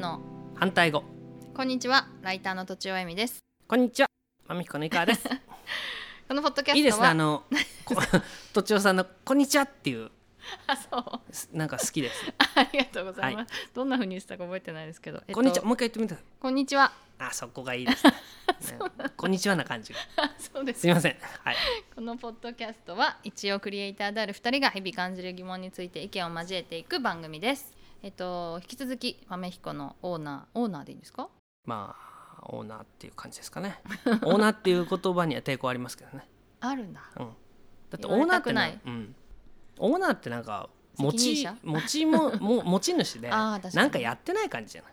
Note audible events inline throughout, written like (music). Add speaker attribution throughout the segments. Speaker 1: 反対語
Speaker 2: こんにちはライターのとちおえみです
Speaker 1: こんにちはまみひこのいかわです
Speaker 2: このポッドキャストはい
Speaker 1: いですねあのこ (laughs) とちおさんのこんにちはっていう
Speaker 2: あ (laughs) そう
Speaker 1: すなんか好きです
Speaker 2: ありがとうございます、どんな風にしたか覚えてないですけど、えっと
Speaker 1: こんにちはもう一回言ってみた
Speaker 2: こんにち
Speaker 1: (laughs)
Speaker 2: は
Speaker 1: あそこがいいですねねこんにちはな感じが
Speaker 2: あそうです
Speaker 1: すいませんはい
Speaker 2: このポッドキャストは一応クリエイターである2人が日々感じる疑問について意見を交えていく番組です。えっと、引き続き豆彦のオーナーオーナーでいいんですか
Speaker 1: まあオーナーっていう感じですかねオーナーっていう言葉には抵抗ありますけどね、
Speaker 2: あるんだ
Speaker 1: うん、だってオ
Speaker 2: 言われ
Speaker 1: ー
Speaker 2: た
Speaker 1: ナーって
Speaker 2: くない
Speaker 1: なうん、オーナーってなんか持
Speaker 2: 責任
Speaker 1: ち
Speaker 2: 者
Speaker 1: 持ちもも持ち主で
Speaker 2: あー確かに
Speaker 1: なんかやってない感じじゃない、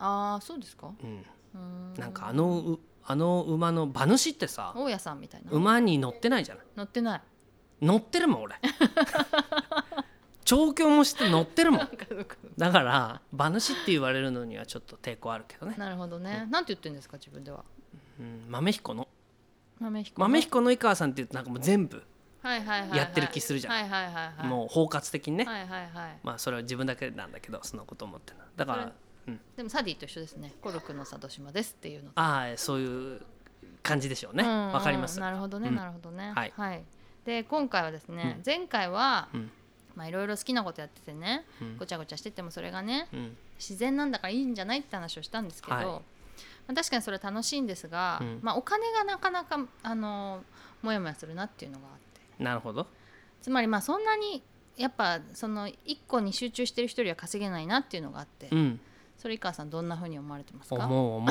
Speaker 2: ああそうですか
Speaker 1: うん、
Speaker 2: うーん
Speaker 1: なんかあのうあの馬の馬主ってさ
Speaker 2: 大家さんみたいな
Speaker 1: 馬に乗ってないじゃない
Speaker 2: 乗ってない
Speaker 1: 乗ってるもん俺調教もして乗ってるもんだから馬主って言われるのにはちょっと抵抗あるけどね、
Speaker 2: なるほどね、なんて言ってんですか自分では
Speaker 1: うん、豆彦の
Speaker 2: 豆彦の
Speaker 1: 豆彦の井川さんって言うとなんかもう全部
Speaker 2: はいはいはいはい
Speaker 1: やってる気するじゃん
Speaker 2: はいはいはいはい
Speaker 1: もう包括的にね、
Speaker 2: はいはいはい
Speaker 1: まあそれは自分だけなんだけどそのこと思ってなだから、うん、
Speaker 2: でもサディと一緒ですねコルクの佐渡島ですっていうのと
Speaker 1: ああそういう感じでしょうね
Speaker 2: う
Speaker 1: わ、
Speaker 2: ん
Speaker 1: かります、
Speaker 2: うんなるほどね、
Speaker 1: うん
Speaker 2: なるほどね。
Speaker 1: はい
Speaker 2: で今回はですね、
Speaker 1: うん
Speaker 2: 前回は、
Speaker 1: うん
Speaker 2: まあいろいろ好きなことやっててね、
Speaker 1: うん
Speaker 2: ごちゃごちゃしててもそれがね
Speaker 1: うん
Speaker 2: 自然なんだからいいんじゃないって話をしたんですけど、
Speaker 1: はい
Speaker 2: まあ確かにそれは楽しいんですが、
Speaker 1: うん
Speaker 2: まあお金がなかなかあのもやもやするなっていうのがあって、
Speaker 1: なるほど
Speaker 2: つまりまあそんなにやっぱその一個に集中してる人よりは稼げないなっていうのがあって、
Speaker 1: うん
Speaker 2: それ以下さんどんな風に思われてますか？
Speaker 1: 思う思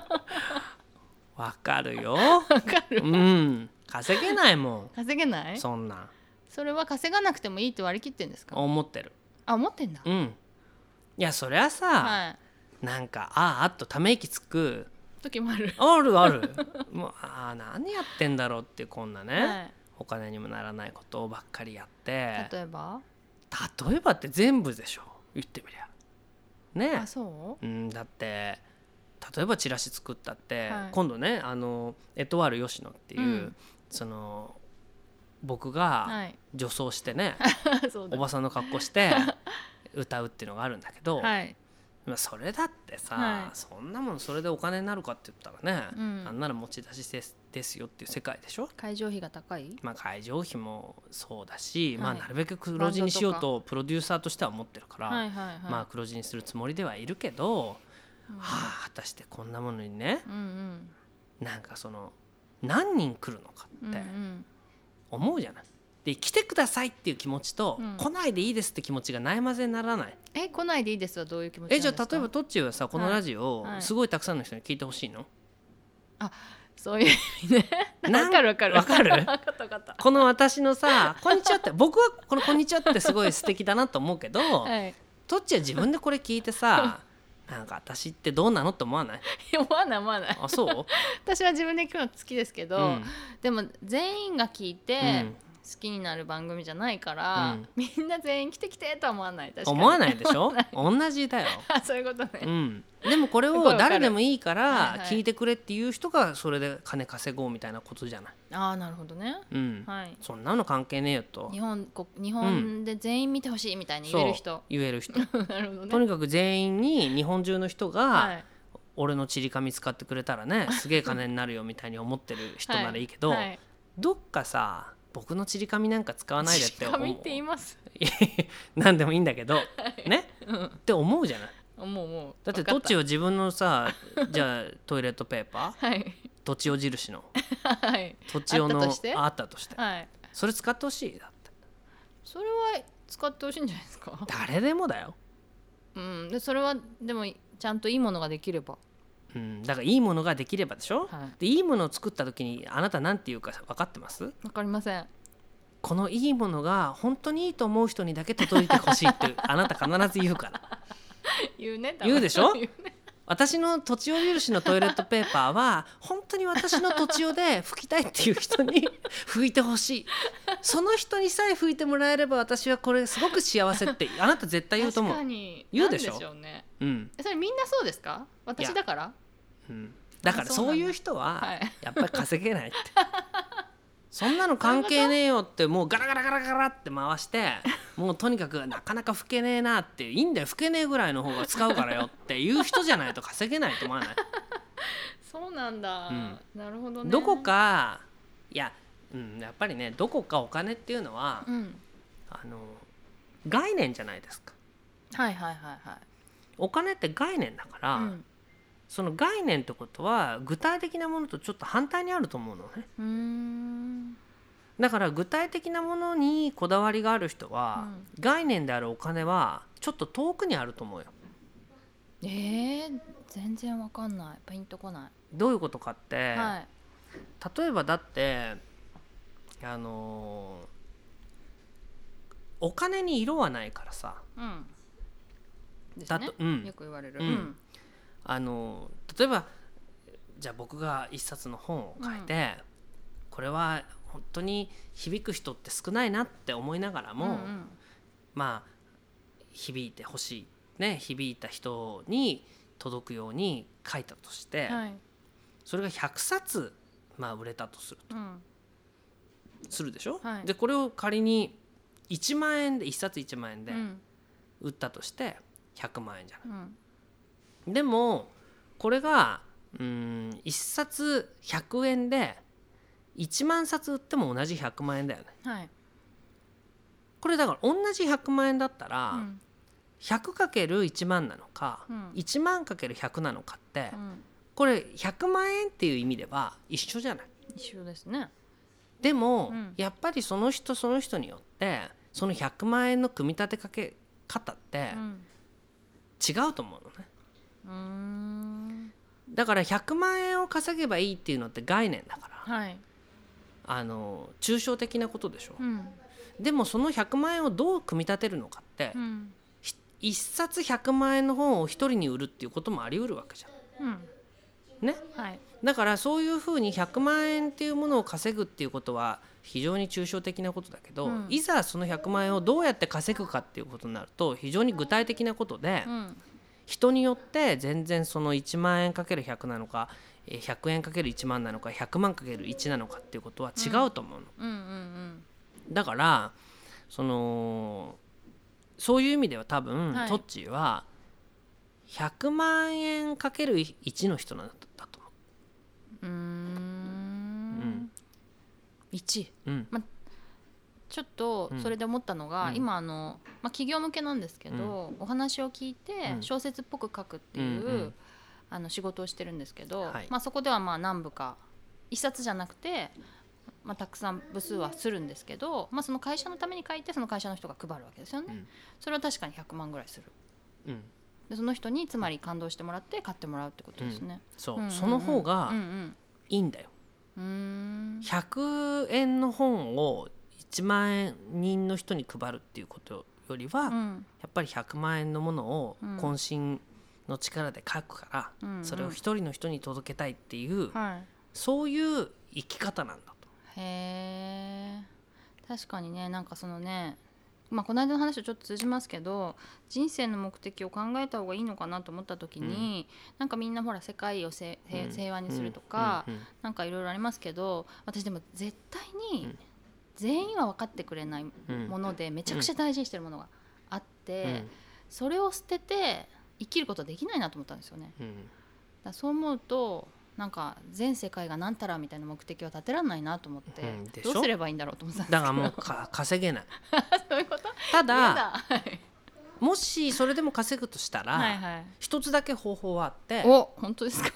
Speaker 2: (laughs)
Speaker 1: うわかるよ
Speaker 2: わかる
Speaker 1: うん稼げないも
Speaker 2: 稼げなんい？そ
Speaker 1: そんなん
Speaker 2: れは稼がなくてもいいって割り切ってんですか？
Speaker 1: 思ってる
Speaker 2: あ思ってんだ。
Speaker 1: うんいやそりゃさ、
Speaker 2: はい。
Speaker 1: なんかああっとため息つく
Speaker 2: 時もある。
Speaker 1: あるある (laughs) もうああ何やってんだろうってこんなね、
Speaker 2: はい
Speaker 1: お金にもならないことばっかりやって
Speaker 2: 例えば、
Speaker 1: 例えばって全部でしょ言ってみりゃね
Speaker 2: あそう
Speaker 1: うんだって例えばチラシ作ったって、
Speaker 2: はい
Speaker 1: 今度ねあのエトワール吉野っていう、
Speaker 2: うん
Speaker 1: その僕が
Speaker 2: はい。 (laughs)
Speaker 1: 女装してね、
Speaker 2: そう
Speaker 1: お
Speaker 2: だ。
Speaker 1: ばさんの格好して歌うっていうのがあるんだけど、
Speaker 2: はい。
Speaker 1: まあ、それだってさ、
Speaker 2: はい
Speaker 1: そんなもんそれでお金になるかって言ったらね、
Speaker 2: うん
Speaker 1: あんなの持ち出しですですよっていう世界でしょ、
Speaker 2: 会場費が高い？
Speaker 1: まあ、会場費もそうだ
Speaker 2: は
Speaker 1: し、
Speaker 2: い
Speaker 1: まあ、なるべく黒字にしようとプロデューサーとしては思ってるから、
Speaker 2: はいはいはい。
Speaker 1: まあ、黒字にするつもりではいるけど、
Speaker 2: うん
Speaker 1: はあ果たしてこんなものにね
Speaker 2: うんうん
Speaker 1: なんかその何人来るのか
Speaker 2: うんう
Speaker 1: っ
Speaker 2: ん
Speaker 1: て思うじゃない。で来てくださいっていう気持ちと、
Speaker 2: うん
Speaker 1: 来ないでいいですって気持ちがないまぜにならない
Speaker 2: え来ないでいいですはどういう気持ちなん
Speaker 1: え
Speaker 2: です
Speaker 1: じ
Speaker 2: か？
Speaker 1: ゃあ例えばトッチーはさこのラジオを
Speaker 2: はいはい
Speaker 1: すごいたくさんの人に聞いてほしいの、
Speaker 2: そういう意味ね。
Speaker 1: (laughs) なん
Speaker 2: わかるわかる。
Speaker 1: わかる
Speaker 2: (laughs) わかったわかった。
Speaker 1: この私
Speaker 2: (laughs)
Speaker 1: のさ「こんにちは」って僕はこの「こんにちは」ってすごい素敵だなと思うけど、
Speaker 2: はい。 (laughs)
Speaker 1: トッチは自分でこれ聞いてさなんか私ってどうなのって思わない
Speaker 2: 思わない思わない。(laughs)
Speaker 1: あそう、
Speaker 2: 私は自分で聞くの好きですけど、
Speaker 1: うん
Speaker 2: でも全員が聞いて。
Speaker 1: うん
Speaker 2: 好きになる番組じゃないから、
Speaker 1: うん
Speaker 2: みんな全員来て来てとは思わない確かに
Speaker 1: 思わないでしょ同じだよ、
Speaker 2: あ (laughs) そういうことね、
Speaker 1: うん、でもこれ
Speaker 2: すごいわか
Speaker 1: を
Speaker 2: る
Speaker 1: 誰でもいいから
Speaker 2: はいはい
Speaker 1: 聞いてくれっていう人がそれで金稼ごうみたいなことじゃない、
Speaker 2: ああなるほどね
Speaker 1: うん
Speaker 2: はい
Speaker 1: そんなの関係ねえよと
Speaker 2: 日本こ日本で全員見てほしいみたいに言える人
Speaker 1: そう、言え
Speaker 2: (laughs)
Speaker 1: る人
Speaker 2: なるほど
Speaker 1: と
Speaker 2: ね
Speaker 1: にかく全員に日本中の人が、
Speaker 2: はい
Speaker 1: 俺のちり紙使ってくれた
Speaker 2: (laughs)
Speaker 1: らねすげえ金になるよみたいに思ってる人ならいいけど、
Speaker 2: はい
Speaker 1: どっかさ僕のちり紙なんか使わないでって思う
Speaker 2: 紙って言います (laughs)
Speaker 1: いやいや何でもいいんだけど、ね
Speaker 2: うん
Speaker 1: って思うじゃない
Speaker 2: もうもう
Speaker 1: だって
Speaker 2: わか
Speaker 1: どっ
Speaker 2: った
Speaker 1: ちを自分のさじゃあトイレットペーパー
Speaker 2: はい (laughs)
Speaker 1: とちお印の
Speaker 2: はい
Speaker 1: とちおの
Speaker 2: あったとして
Speaker 1: あったとして
Speaker 2: はい
Speaker 1: それ使ってほしいだって
Speaker 2: それは使ってほしいんじゃないですか
Speaker 1: 誰でもだよ、
Speaker 2: うんでそれはでもちゃんといいものができれば
Speaker 1: うん、だからいいものができればでしょ、
Speaker 2: はい
Speaker 1: でいいものを作った時にあなた何て言うか分かってます
Speaker 2: わかりません
Speaker 1: このいいものが本当にいいと思う人にだけ届いてほしいって
Speaker 2: (laughs)
Speaker 1: あなた必ず言うから
Speaker 2: 言うね
Speaker 1: 言うでしょ
Speaker 2: (laughs) 言うね
Speaker 1: 私の土地を印のトイレットペーパーは本当に私の土地をで拭きたいっていう人に (laughs) 拭いてほしいその人にさえ拭いてもらえれば私はこれすごく幸せってあなた絶対言うと思
Speaker 2: 確
Speaker 1: う
Speaker 2: か、に
Speaker 1: 言うでしょ
Speaker 2: なんょうね
Speaker 1: うん
Speaker 2: えそれみんなそうですか
Speaker 1: い
Speaker 2: 私
Speaker 1: や
Speaker 2: だから
Speaker 1: うん、だから
Speaker 2: あそう
Speaker 1: そ
Speaker 2: なんだ
Speaker 1: ういう人
Speaker 2: は
Speaker 1: はいやっぱり稼げない
Speaker 2: (laughs)
Speaker 1: ってそんなの関係ねえよってもうガラガラガラガラって回してもうとにかくなかなか老けねえなっていいんだよ老けねえぐらいの方が使うからよっていう人じゃないと稼げないと思わない
Speaker 2: そうなんだ、
Speaker 1: うん
Speaker 2: なるほどね
Speaker 1: どこかいや、うん、やっぱりねどこかお金っていうのは、
Speaker 2: うん
Speaker 1: あの概念じゃないですか
Speaker 2: はいはいはいはい
Speaker 1: お金って概念だから、
Speaker 2: うん
Speaker 1: その概念ってことは具体的なものとちょっと反対にあると思うのね
Speaker 2: うーん
Speaker 1: だから具体的なものにこだわりがある人は、概念であるお金はちょっと遠くにあると思うよ
Speaker 2: えー、全然わかんないピンとこな
Speaker 1: どういうことかっ
Speaker 2: い、
Speaker 1: て、
Speaker 2: はい
Speaker 1: 例えばだってあのーお金に色はないからさ
Speaker 2: うんです
Speaker 1: だ
Speaker 2: ね
Speaker 1: と、うん
Speaker 2: よく言われる
Speaker 1: うんあの例えばじゃあ僕が一冊の本を書いて、これは本当に響く人って少ないなって思いながらも、
Speaker 2: んん
Speaker 1: まあ響いてほしい、ね、響いた人に届くように書いたとして、
Speaker 2: はい
Speaker 1: それが100冊、まあ、売れたとする
Speaker 2: うん
Speaker 1: するでしょ、
Speaker 2: はい
Speaker 1: でこれを仮に1万円で1冊1万円で
Speaker 2: うん
Speaker 1: 売ったとして100万円じゃない
Speaker 2: うん
Speaker 1: でもこれがうーん1冊100円で1万冊売っても同じ100万円だよね
Speaker 2: はい
Speaker 1: これだから同じ100万円だったら、
Speaker 2: うん
Speaker 1: 100×1 万なのか、
Speaker 2: うん
Speaker 1: 1万 ×100 なのかって、
Speaker 2: うん
Speaker 1: これ100万円っていう意味では一緒じゃない
Speaker 2: 一緒ですね
Speaker 1: でも、
Speaker 2: うん
Speaker 1: やっぱりその人その人によってその100万円の組み立てかけ方って
Speaker 2: うん
Speaker 1: 違うと思うのね
Speaker 2: うーん
Speaker 1: だから100万円を稼げばいいっていうのって概念だから、
Speaker 2: はい
Speaker 1: あの抽象的なことでしょ、
Speaker 2: うん
Speaker 1: でもその100万円をどう組み立てるのかって、
Speaker 2: うん
Speaker 1: ひ一冊100万円の本を一人に売るっていうこともあり得るわけじ
Speaker 2: うん
Speaker 1: ゃん。ね、
Speaker 2: はい
Speaker 1: だからそういうふうに100万円っていうものを稼ぐっていうことは非常に抽象的なことだけど、
Speaker 2: うん
Speaker 1: いざその100万円をどうやって稼ぐかっていうことになると非常に具体的なことで、
Speaker 2: うん
Speaker 1: 人によって全然その1万円かける100なのかえー100円かける1万なのか100万かける1なのかっていうことは違うと思うの。
Speaker 2: うんうん
Speaker 1: だからそのそういう意味では多分、
Speaker 2: はい
Speaker 1: トッチーは100万円かける1の人なんだだと思
Speaker 2: うんうーん一
Speaker 1: う。うん
Speaker 2: ちょっと
Speaker 1: うん
Speaker 2: それで思ったのが、
Speaker 1: うん
Speaker 2: 今あの、まあ、企業向けなんですけど、お話を聞いて
Speaker 1: うん
Speaker 2: 小説っぽく書くっていう、
Speaker 1: うんうん
Speaker 2: あの仕事をしてるんですけど、
Speaker 1: はい
Speaker 2: まあ、そこではまあ何部か一冊じゃなくて、まあ、たくさん部数はするんですけど、まあ、その会社のために書いてその会社の人が配るわけですよね。
Speaker 1: うん
Speaker 2: それは確かに100万ぐらいする
Speaker 1: うん、
Speaker 2: でその人につまり感動してもらって買ってもらうってことですね。
Speaker 1: そう、
Speaker 2: うんうんうん
Speaker 1: その方
Speaker 2: うん
Speaker 1: が
Speaker 2: うん
Speaker 1: いいんだよ。
Speaker 2: うーん
Speaker 1: 100円の本を1万円人の人に配るっていうことよりは、
Speaker 2: う
Speaker 1: や
Speaker 2: ん
Speaker 1: っぱり100万円のものを
Speaker 2: うん
Speaker 1: 渾身の力で書くから、
Speaker 2: うんうん
Speaker 1: それを一人の人に届けたいっていう、
Speaker 2: はい
Speaker 1: そういう生き方なんだと。
Speaker 2: へえ確かにねなんかそのねまあこの間の話とちょっと通じますけど人生の目的を考えた方がいいのかなと思った時に、なんかみんなほら世界をせ、平
Speaker 1: うん
Speaker 2: 平和にするとか、
Speaker 1: うんうんうん
Speaker 2: なんかいろいろありますけど私でも絶対
Speaker 1: う
Speaker 2: に
Speaker 1: ん
Speaker 2: 全員は分かってくれない
Speaker 1: うん
Speaker 2: ものでめちゃくちゃ大事にしてるものがあって、それを捨てて生きることできないなと思ったんですよね。
Speaker 1: うんうん
Speaker 2: だからそう思うとなんか全世界がなんたらみたいな目的は立てられないなと思って、
Speaker 1: うんでし
Speaker 2: ど
Speaker 1: ょ
Speaker 2: うすればいいんだろうと思ってたんですけ
Speaker 1: だ
Speaker 2: ど
Speaker 1: からもうか稼げない
Speaker 2: そういうこと
Speaker 1: た
Speaker 2: (laughs) や
Speaker 1: だ
Speaker 2: だはい
Speaker 1: もしそれでも稼ぐとしたら、
Speaker 2: はいはい
Speaker 1: 一つだけ方法はあって、
Speaker 2: お本当ですか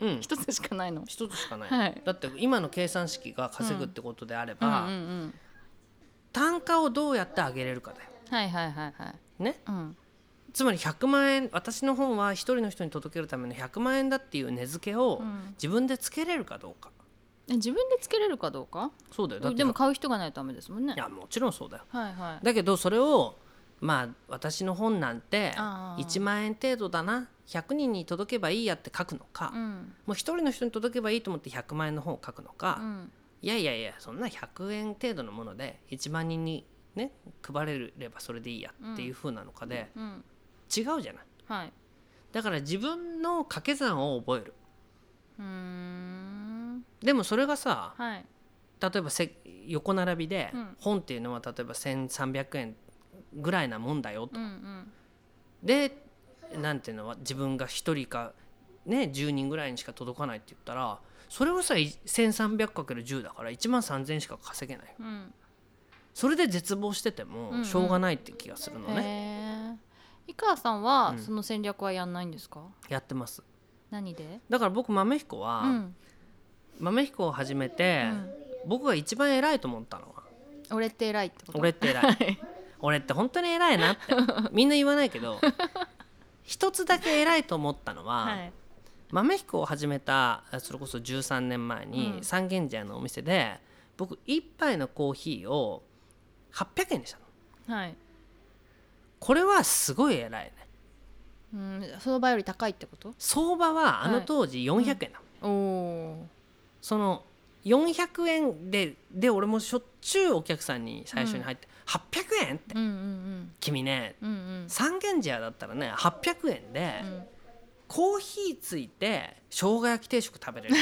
Speaker 1: うん、
Speaker 2: 一つしかないの
Speaker 1: 一つしかない、
Speaker 2: はい
Speaker 1: だって今の計算式が稼ぐってことであれ
Speaker 2: うんうん
Speaker 1: ば、
Speaker 2: うん
Speaker 1: 単価をどうやって上げれるかだよ、
Speaker 2: はいはいはいはい
Speaker 1: ね、
Speaker 2: うん
Speaker 1: つまり100万円私の本は一人の人に届けるための100万円だっていう値付けを
Speaker 2: うん
Speaker 1: 自分でつけれるかどうか、
Speaker 2: え自分でつけれるかどうか
Speaker 1: そうだよだって
Speaker 2: でも買う人がないとダメですもんね
Speaker 1: いやもちろんそうだよ
Speaker 2: はいはい
Speaker 1: だけどそれをまあ私の本なんて
Speaker 2: あー
Speaker 1: 1万円程度だな100人に届けばいいやって書くのか、
Speaker 2: う
Speaker 1: も
Speaker 2: ん
Speaker 1: う一人の人に届けばいいと思って100万円の本を書くのか、
Speaker 2: うん
Speaker 1: いやいやいやそんな100円程度のもので1万人にね配れればそれでいいやっていう風なのかで、
Speaker 2: うん
Speaker 1: 違うじゃない
Speaker 2: はい
Speaker 1: だから自分の掛け算を覚える
Speaker 2: うーん
Speaker 1: でもそれがさ
Speaker 2: はい
Speaker 1: 例えばせ横並びで
Speaker 2: うん
Speaker 1: 本っていうのは例えば1300円ぐらいなもんだよ
Speaker 2: う
Speaker 1: と。
Speaker 2: んうん
Speaker 1: でなんていうのは自分が1人か、ね、10人ぐらいにしか届かないって言ったらそれをさ 1300×10 だから1万3000しか稼げない
Speaker 2: うん
Speaker 1: それで絶望してて
Speaker 2: うんう
Speaker 1: も
Speaker 2: ん
Speaker 1: しょうがないって気がするのね、
Speaker 2: へえ井川さんは、
Speaker 1: うん
Speaker 2: その戦略はやんないんですか
Speaker 1: やってます
Speaker 2: 何で
Speaker 1: だから僕豆彦
Speaker 2: う
Speaker 1: は、
Speaker 2: ん、
Speaker 1: 豆彦を始めて、僕が一番偉いと思ったのは
Speaker 2: うん、俺って偉いってこと
Speaker 1: 俺って偉い俺って本当に偉いなって
Speaker 2: (laughs)
Speaker 1: みんな言わないけど一つだけ偉いと思ったのは、
Speaker 2: はい
Speaker 1: 豆彦を始めたそれこそ13年前に、
Speaker 2: うん
Speaker 1: 三軒茶屋のお店で僕一杯のコーヒーを800円にしたの
Speaker 2: はい、
Speaker 1: これはすごい偉いね
Speaker 2: うん、相場より高いってこと
Speaker 1: 相場はあの当時400円だ、
Speaker 2: おお
Speaker 1: その400円でで俺もしょっちゅうお客さんに最初に入って「800円?」って
Speaker 2: うんうん
Speaker 1: 「君ね
Speaker 2: うんうんうん
Speaker 1: 三軒茶屋だったらね800円で
Speaker 2: うん
Speaker 1: コーヒーついて生姜焼き定食食べれる」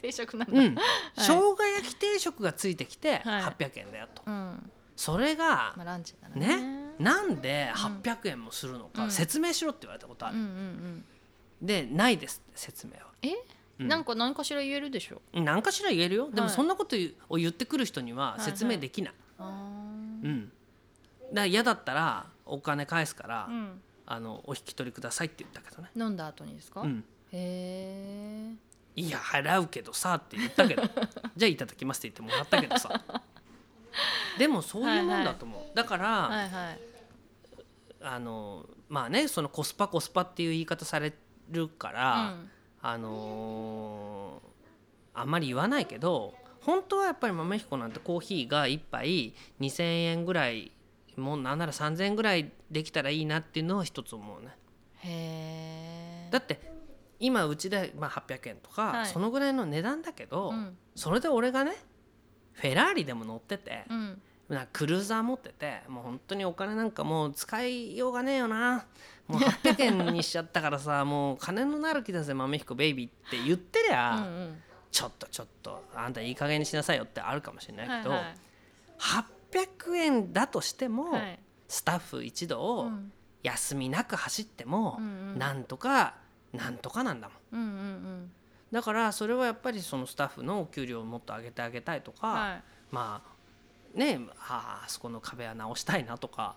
Speaker 2: 定食なんだ、
Speaker 1: うん「生姜焼き定食がついてきて
Speaker 2: はい
Speaker 1: 800円だよ」と。
Speaker 2: うん
Speaker 1: それが
Speaker 2: まあランチだね
Speaker 1: ねなんで800円もするの
Speaker 2: う
Speaker 1: か
Speaker 2: ん
Speaker 1: 説明しろって言われたことあ
Speaker 2: うんう
Speaker 1: る、
Speaker 2: ん
Speaker 1: でないですって説明はう
Speaker 2: うんんなんか何かしら言えるでしょ
Speaker 1: 何かしら言えるよでも
Speaker 2: はい
Speaker 1: そんなことを言ってくる人には説明できない、
Speaker 2: あ
Speaker 1: うんだから嫌だったらお金返すから、
Speaker 2: ーうん
Speaker 1: あのお引き取りくださいって言ったけどね、
Speaker 2: 飲んだ後にですか、
Speaker 1: うん、
Speaker 2: へえ
Speaker 1: いや払うけどさって言ったけど (laughs) じゃあいただきますって言ってもらったけどさでもそういうもんだと思う、だから、
Speaker 2: はいはい
Speaker 1: あのまあねそのコスパコスパっていう言い方されるから、
Speaker 2: うん
Speaker 1: あのーあんまり言わないけど本当はやっぱり豆彦なんてコーヒーが1杯2,000円ぐらいもうなんなら3,000円ぐらいできたらいいなっていうのは一つ思うね。
Speaker 2: へえ
Speaker 1: だって今うちで、まあ、800円とか、
Speaker 2: はい
Speaker 1: そのぐらいの値段だけど、
Speaker 2: うん
Speaker 1: それで俺がねフェラーリでも乗ってて
Speaker 2: う、ん
Speaker 1: なんかクルーザー持っててもう本当にお金なんかもう使いようがねえよなもう800円にしちゃったからさもう金のなる気だぜ豆彦ベイビーって言ってり
Speaker 2: う
Speaker 1: ゃ、
Speaker 2: んうん
Speaker 1: ちょっとちょっとあんたいい加減にしなさいよってあるかもしれないけど、
Speaker 2: はいはい
Speaker 1: 800円だとしても、
Speaker 2: はい
Speaker 1: スタッフ一
Speaker 2: う
Speaker 1: 同
Speaker 2: ん
Speaker 1: 休みなく走っても、
Speaker 2: うんうん
Speaker 1: なんとかなんとかなんだもん
Speaker 2: うんうんうん
Speaker 1: だからそれはやっぱりそのスタッフのお給料をもっと上げてあげたいとか、
Speaker 2: はい
Speaker 1: まあねあああそこの壁は直したいなとか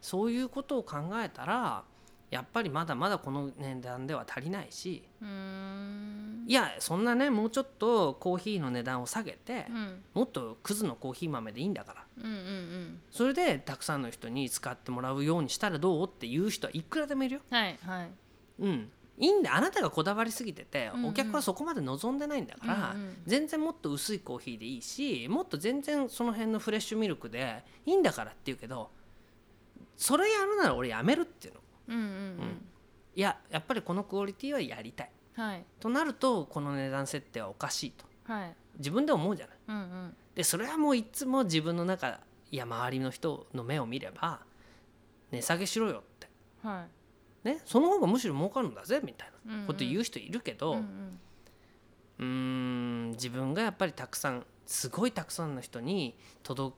Speaker 1: そういうことを考えたらやっぱりまだまだこの値段では足りないし
Speaker 2: うーん
Speaker 1: いやそんなねもうちょっとコーヒーの値段を下げて、
Speaker 2: うん
Speaker 1: もっとクズのコーヒー豆でいいんだから
Speaker 2: うんうんうん
Speaker 1: それでたくさんの人に使ってもらうようにしたらどうっていう人はいくらでもいるよ。
Speaker 2: はいはい
Speaker 1: うんいいんだあなたがこだわりすぎてて、
Speaker 2: うんうん
Speaker 1: お客はそこまで望んでないんだから、
Speaker 2: うんうん
Speaker 1: 全然もっと薄いコーヒーでいいしもっと全然その辺のフレッシュミルクでいいんだからって言うけどそれやるなら俺やめるっていうの
Speaker 2: うんうんうん
Speaker 1: いややっぱりこのクオリティはやりたい
Speaker 2: はい
Speaker 1: となるとこの値段設定はおかしいと
Speaker 2: はい
Speaker 1: 自分で思うじゃない
Speaker 2: うんうん
Speaker 1: でそれはもういつも自分の中いや周りの人の目を見れば値下げしろよって
Speaker 2: は
Speaker 1: ねその方がむしろ儲かるんだぜみたい
Speaker 2: うんう
Speaker 1: なんこと言う人いるけ
Speaker 2: い
Speaker 1: ど、
Speaker 2: うんうん
Speaker 1: うーん自分がやっぱりたくさんすごいたくさんの人に届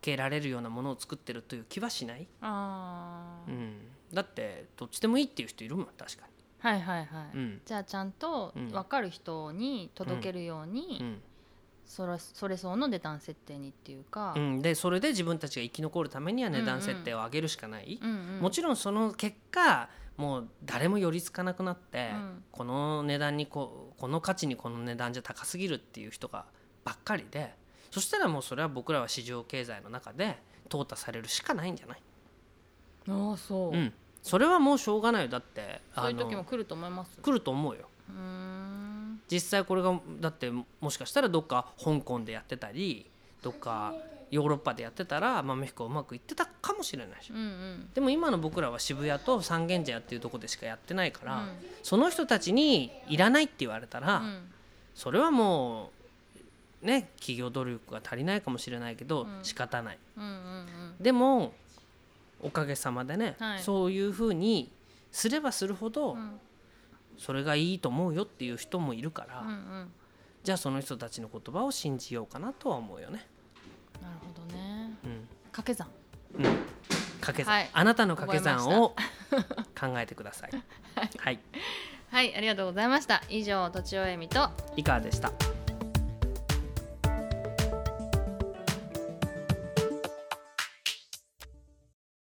Speaker 1: けられるようなものを作ってるという気はしない、
Speaker 2: あ
Speaker 1: う
Speaker 2: ー
Speaker 1: ん、だってどっちでもいいっていう人いるもん確か
Speaker 2: はいはいはい
Speaker 1: に、うん
Speaker 2: じゃあちゃんと
Speaker 1: うん
Speaker 2: 分かる人に届けるように、
Speaker 1: うん
Speaker 2: それそれ相応の値段設定にっていうか、
Speaker 1: うん、でそれで自分たちが生き残るためには値段設定を上げるしかない、
Speaker 2: うんうん
Speaker 1: もちろんその結果もう誰も寄りつかなくなって、
Speaker 2: うん
Speaker 1: この値段にここの価値にこの値段じゃ高すぎるっていう人がばっかりでそしたらもうそれは僕らは市場経済の中で淘汰されるしかないんじゃない
Speaker 2: ああそう、
Speaker 1: うん、それはもうしょうがないよだって
Speaker 2: そういう時
Speaker 1: あ
Speaker 2: も
Speaker 1: の
Speaker 2: 来ると思います
Speaker 1: 来ると思うよ
Speaker 2: うーん
Speaker 1: 実際これがだってもしかしたらどっか香港でやってたりどっかヨーロッパでやってたら豆彦うまくいってたかもしれないし
Speaker 2: うんうん
Speaker 1: でも今の僕らは渋谷と三軒茶屋っていうとこでしかやってないから、
Speaker 2: うん
Speaker 1: その人たちにいらないって言われたら、
Speaker 2: うん
Speaker 1: それはもうね企業努力が足りないかもしれないけど、
Speaker 2: うん
Speaker 1: 仕方ない
Speaker 2: うんうん
Speaker 1: でもおかげさまでね、
Speaker 2: はい
Speaker 1: そういうふうにすればするほど、
Speaker 2: うんうん
Speaker 1: それがいいと思うよっていう人もいるから、
Speaker 2: うんうん
Speaker 1: じゃあその人たちの言葉を信じようかなとは思うよね。
Speaker 2: なるほどね
Speaker 1: うん
Speaker 2: 掛け算
Speaker 1: うん、掛け算、
Speaker 2: はい
Speaker 1: あなたの掛け算を考えてく
Speaker 2: (laughs)
Speaker 1: ださい。はい、
Speaker 2: はいありがとうございました以上とちおえみと
Speaker 1: いかがでした。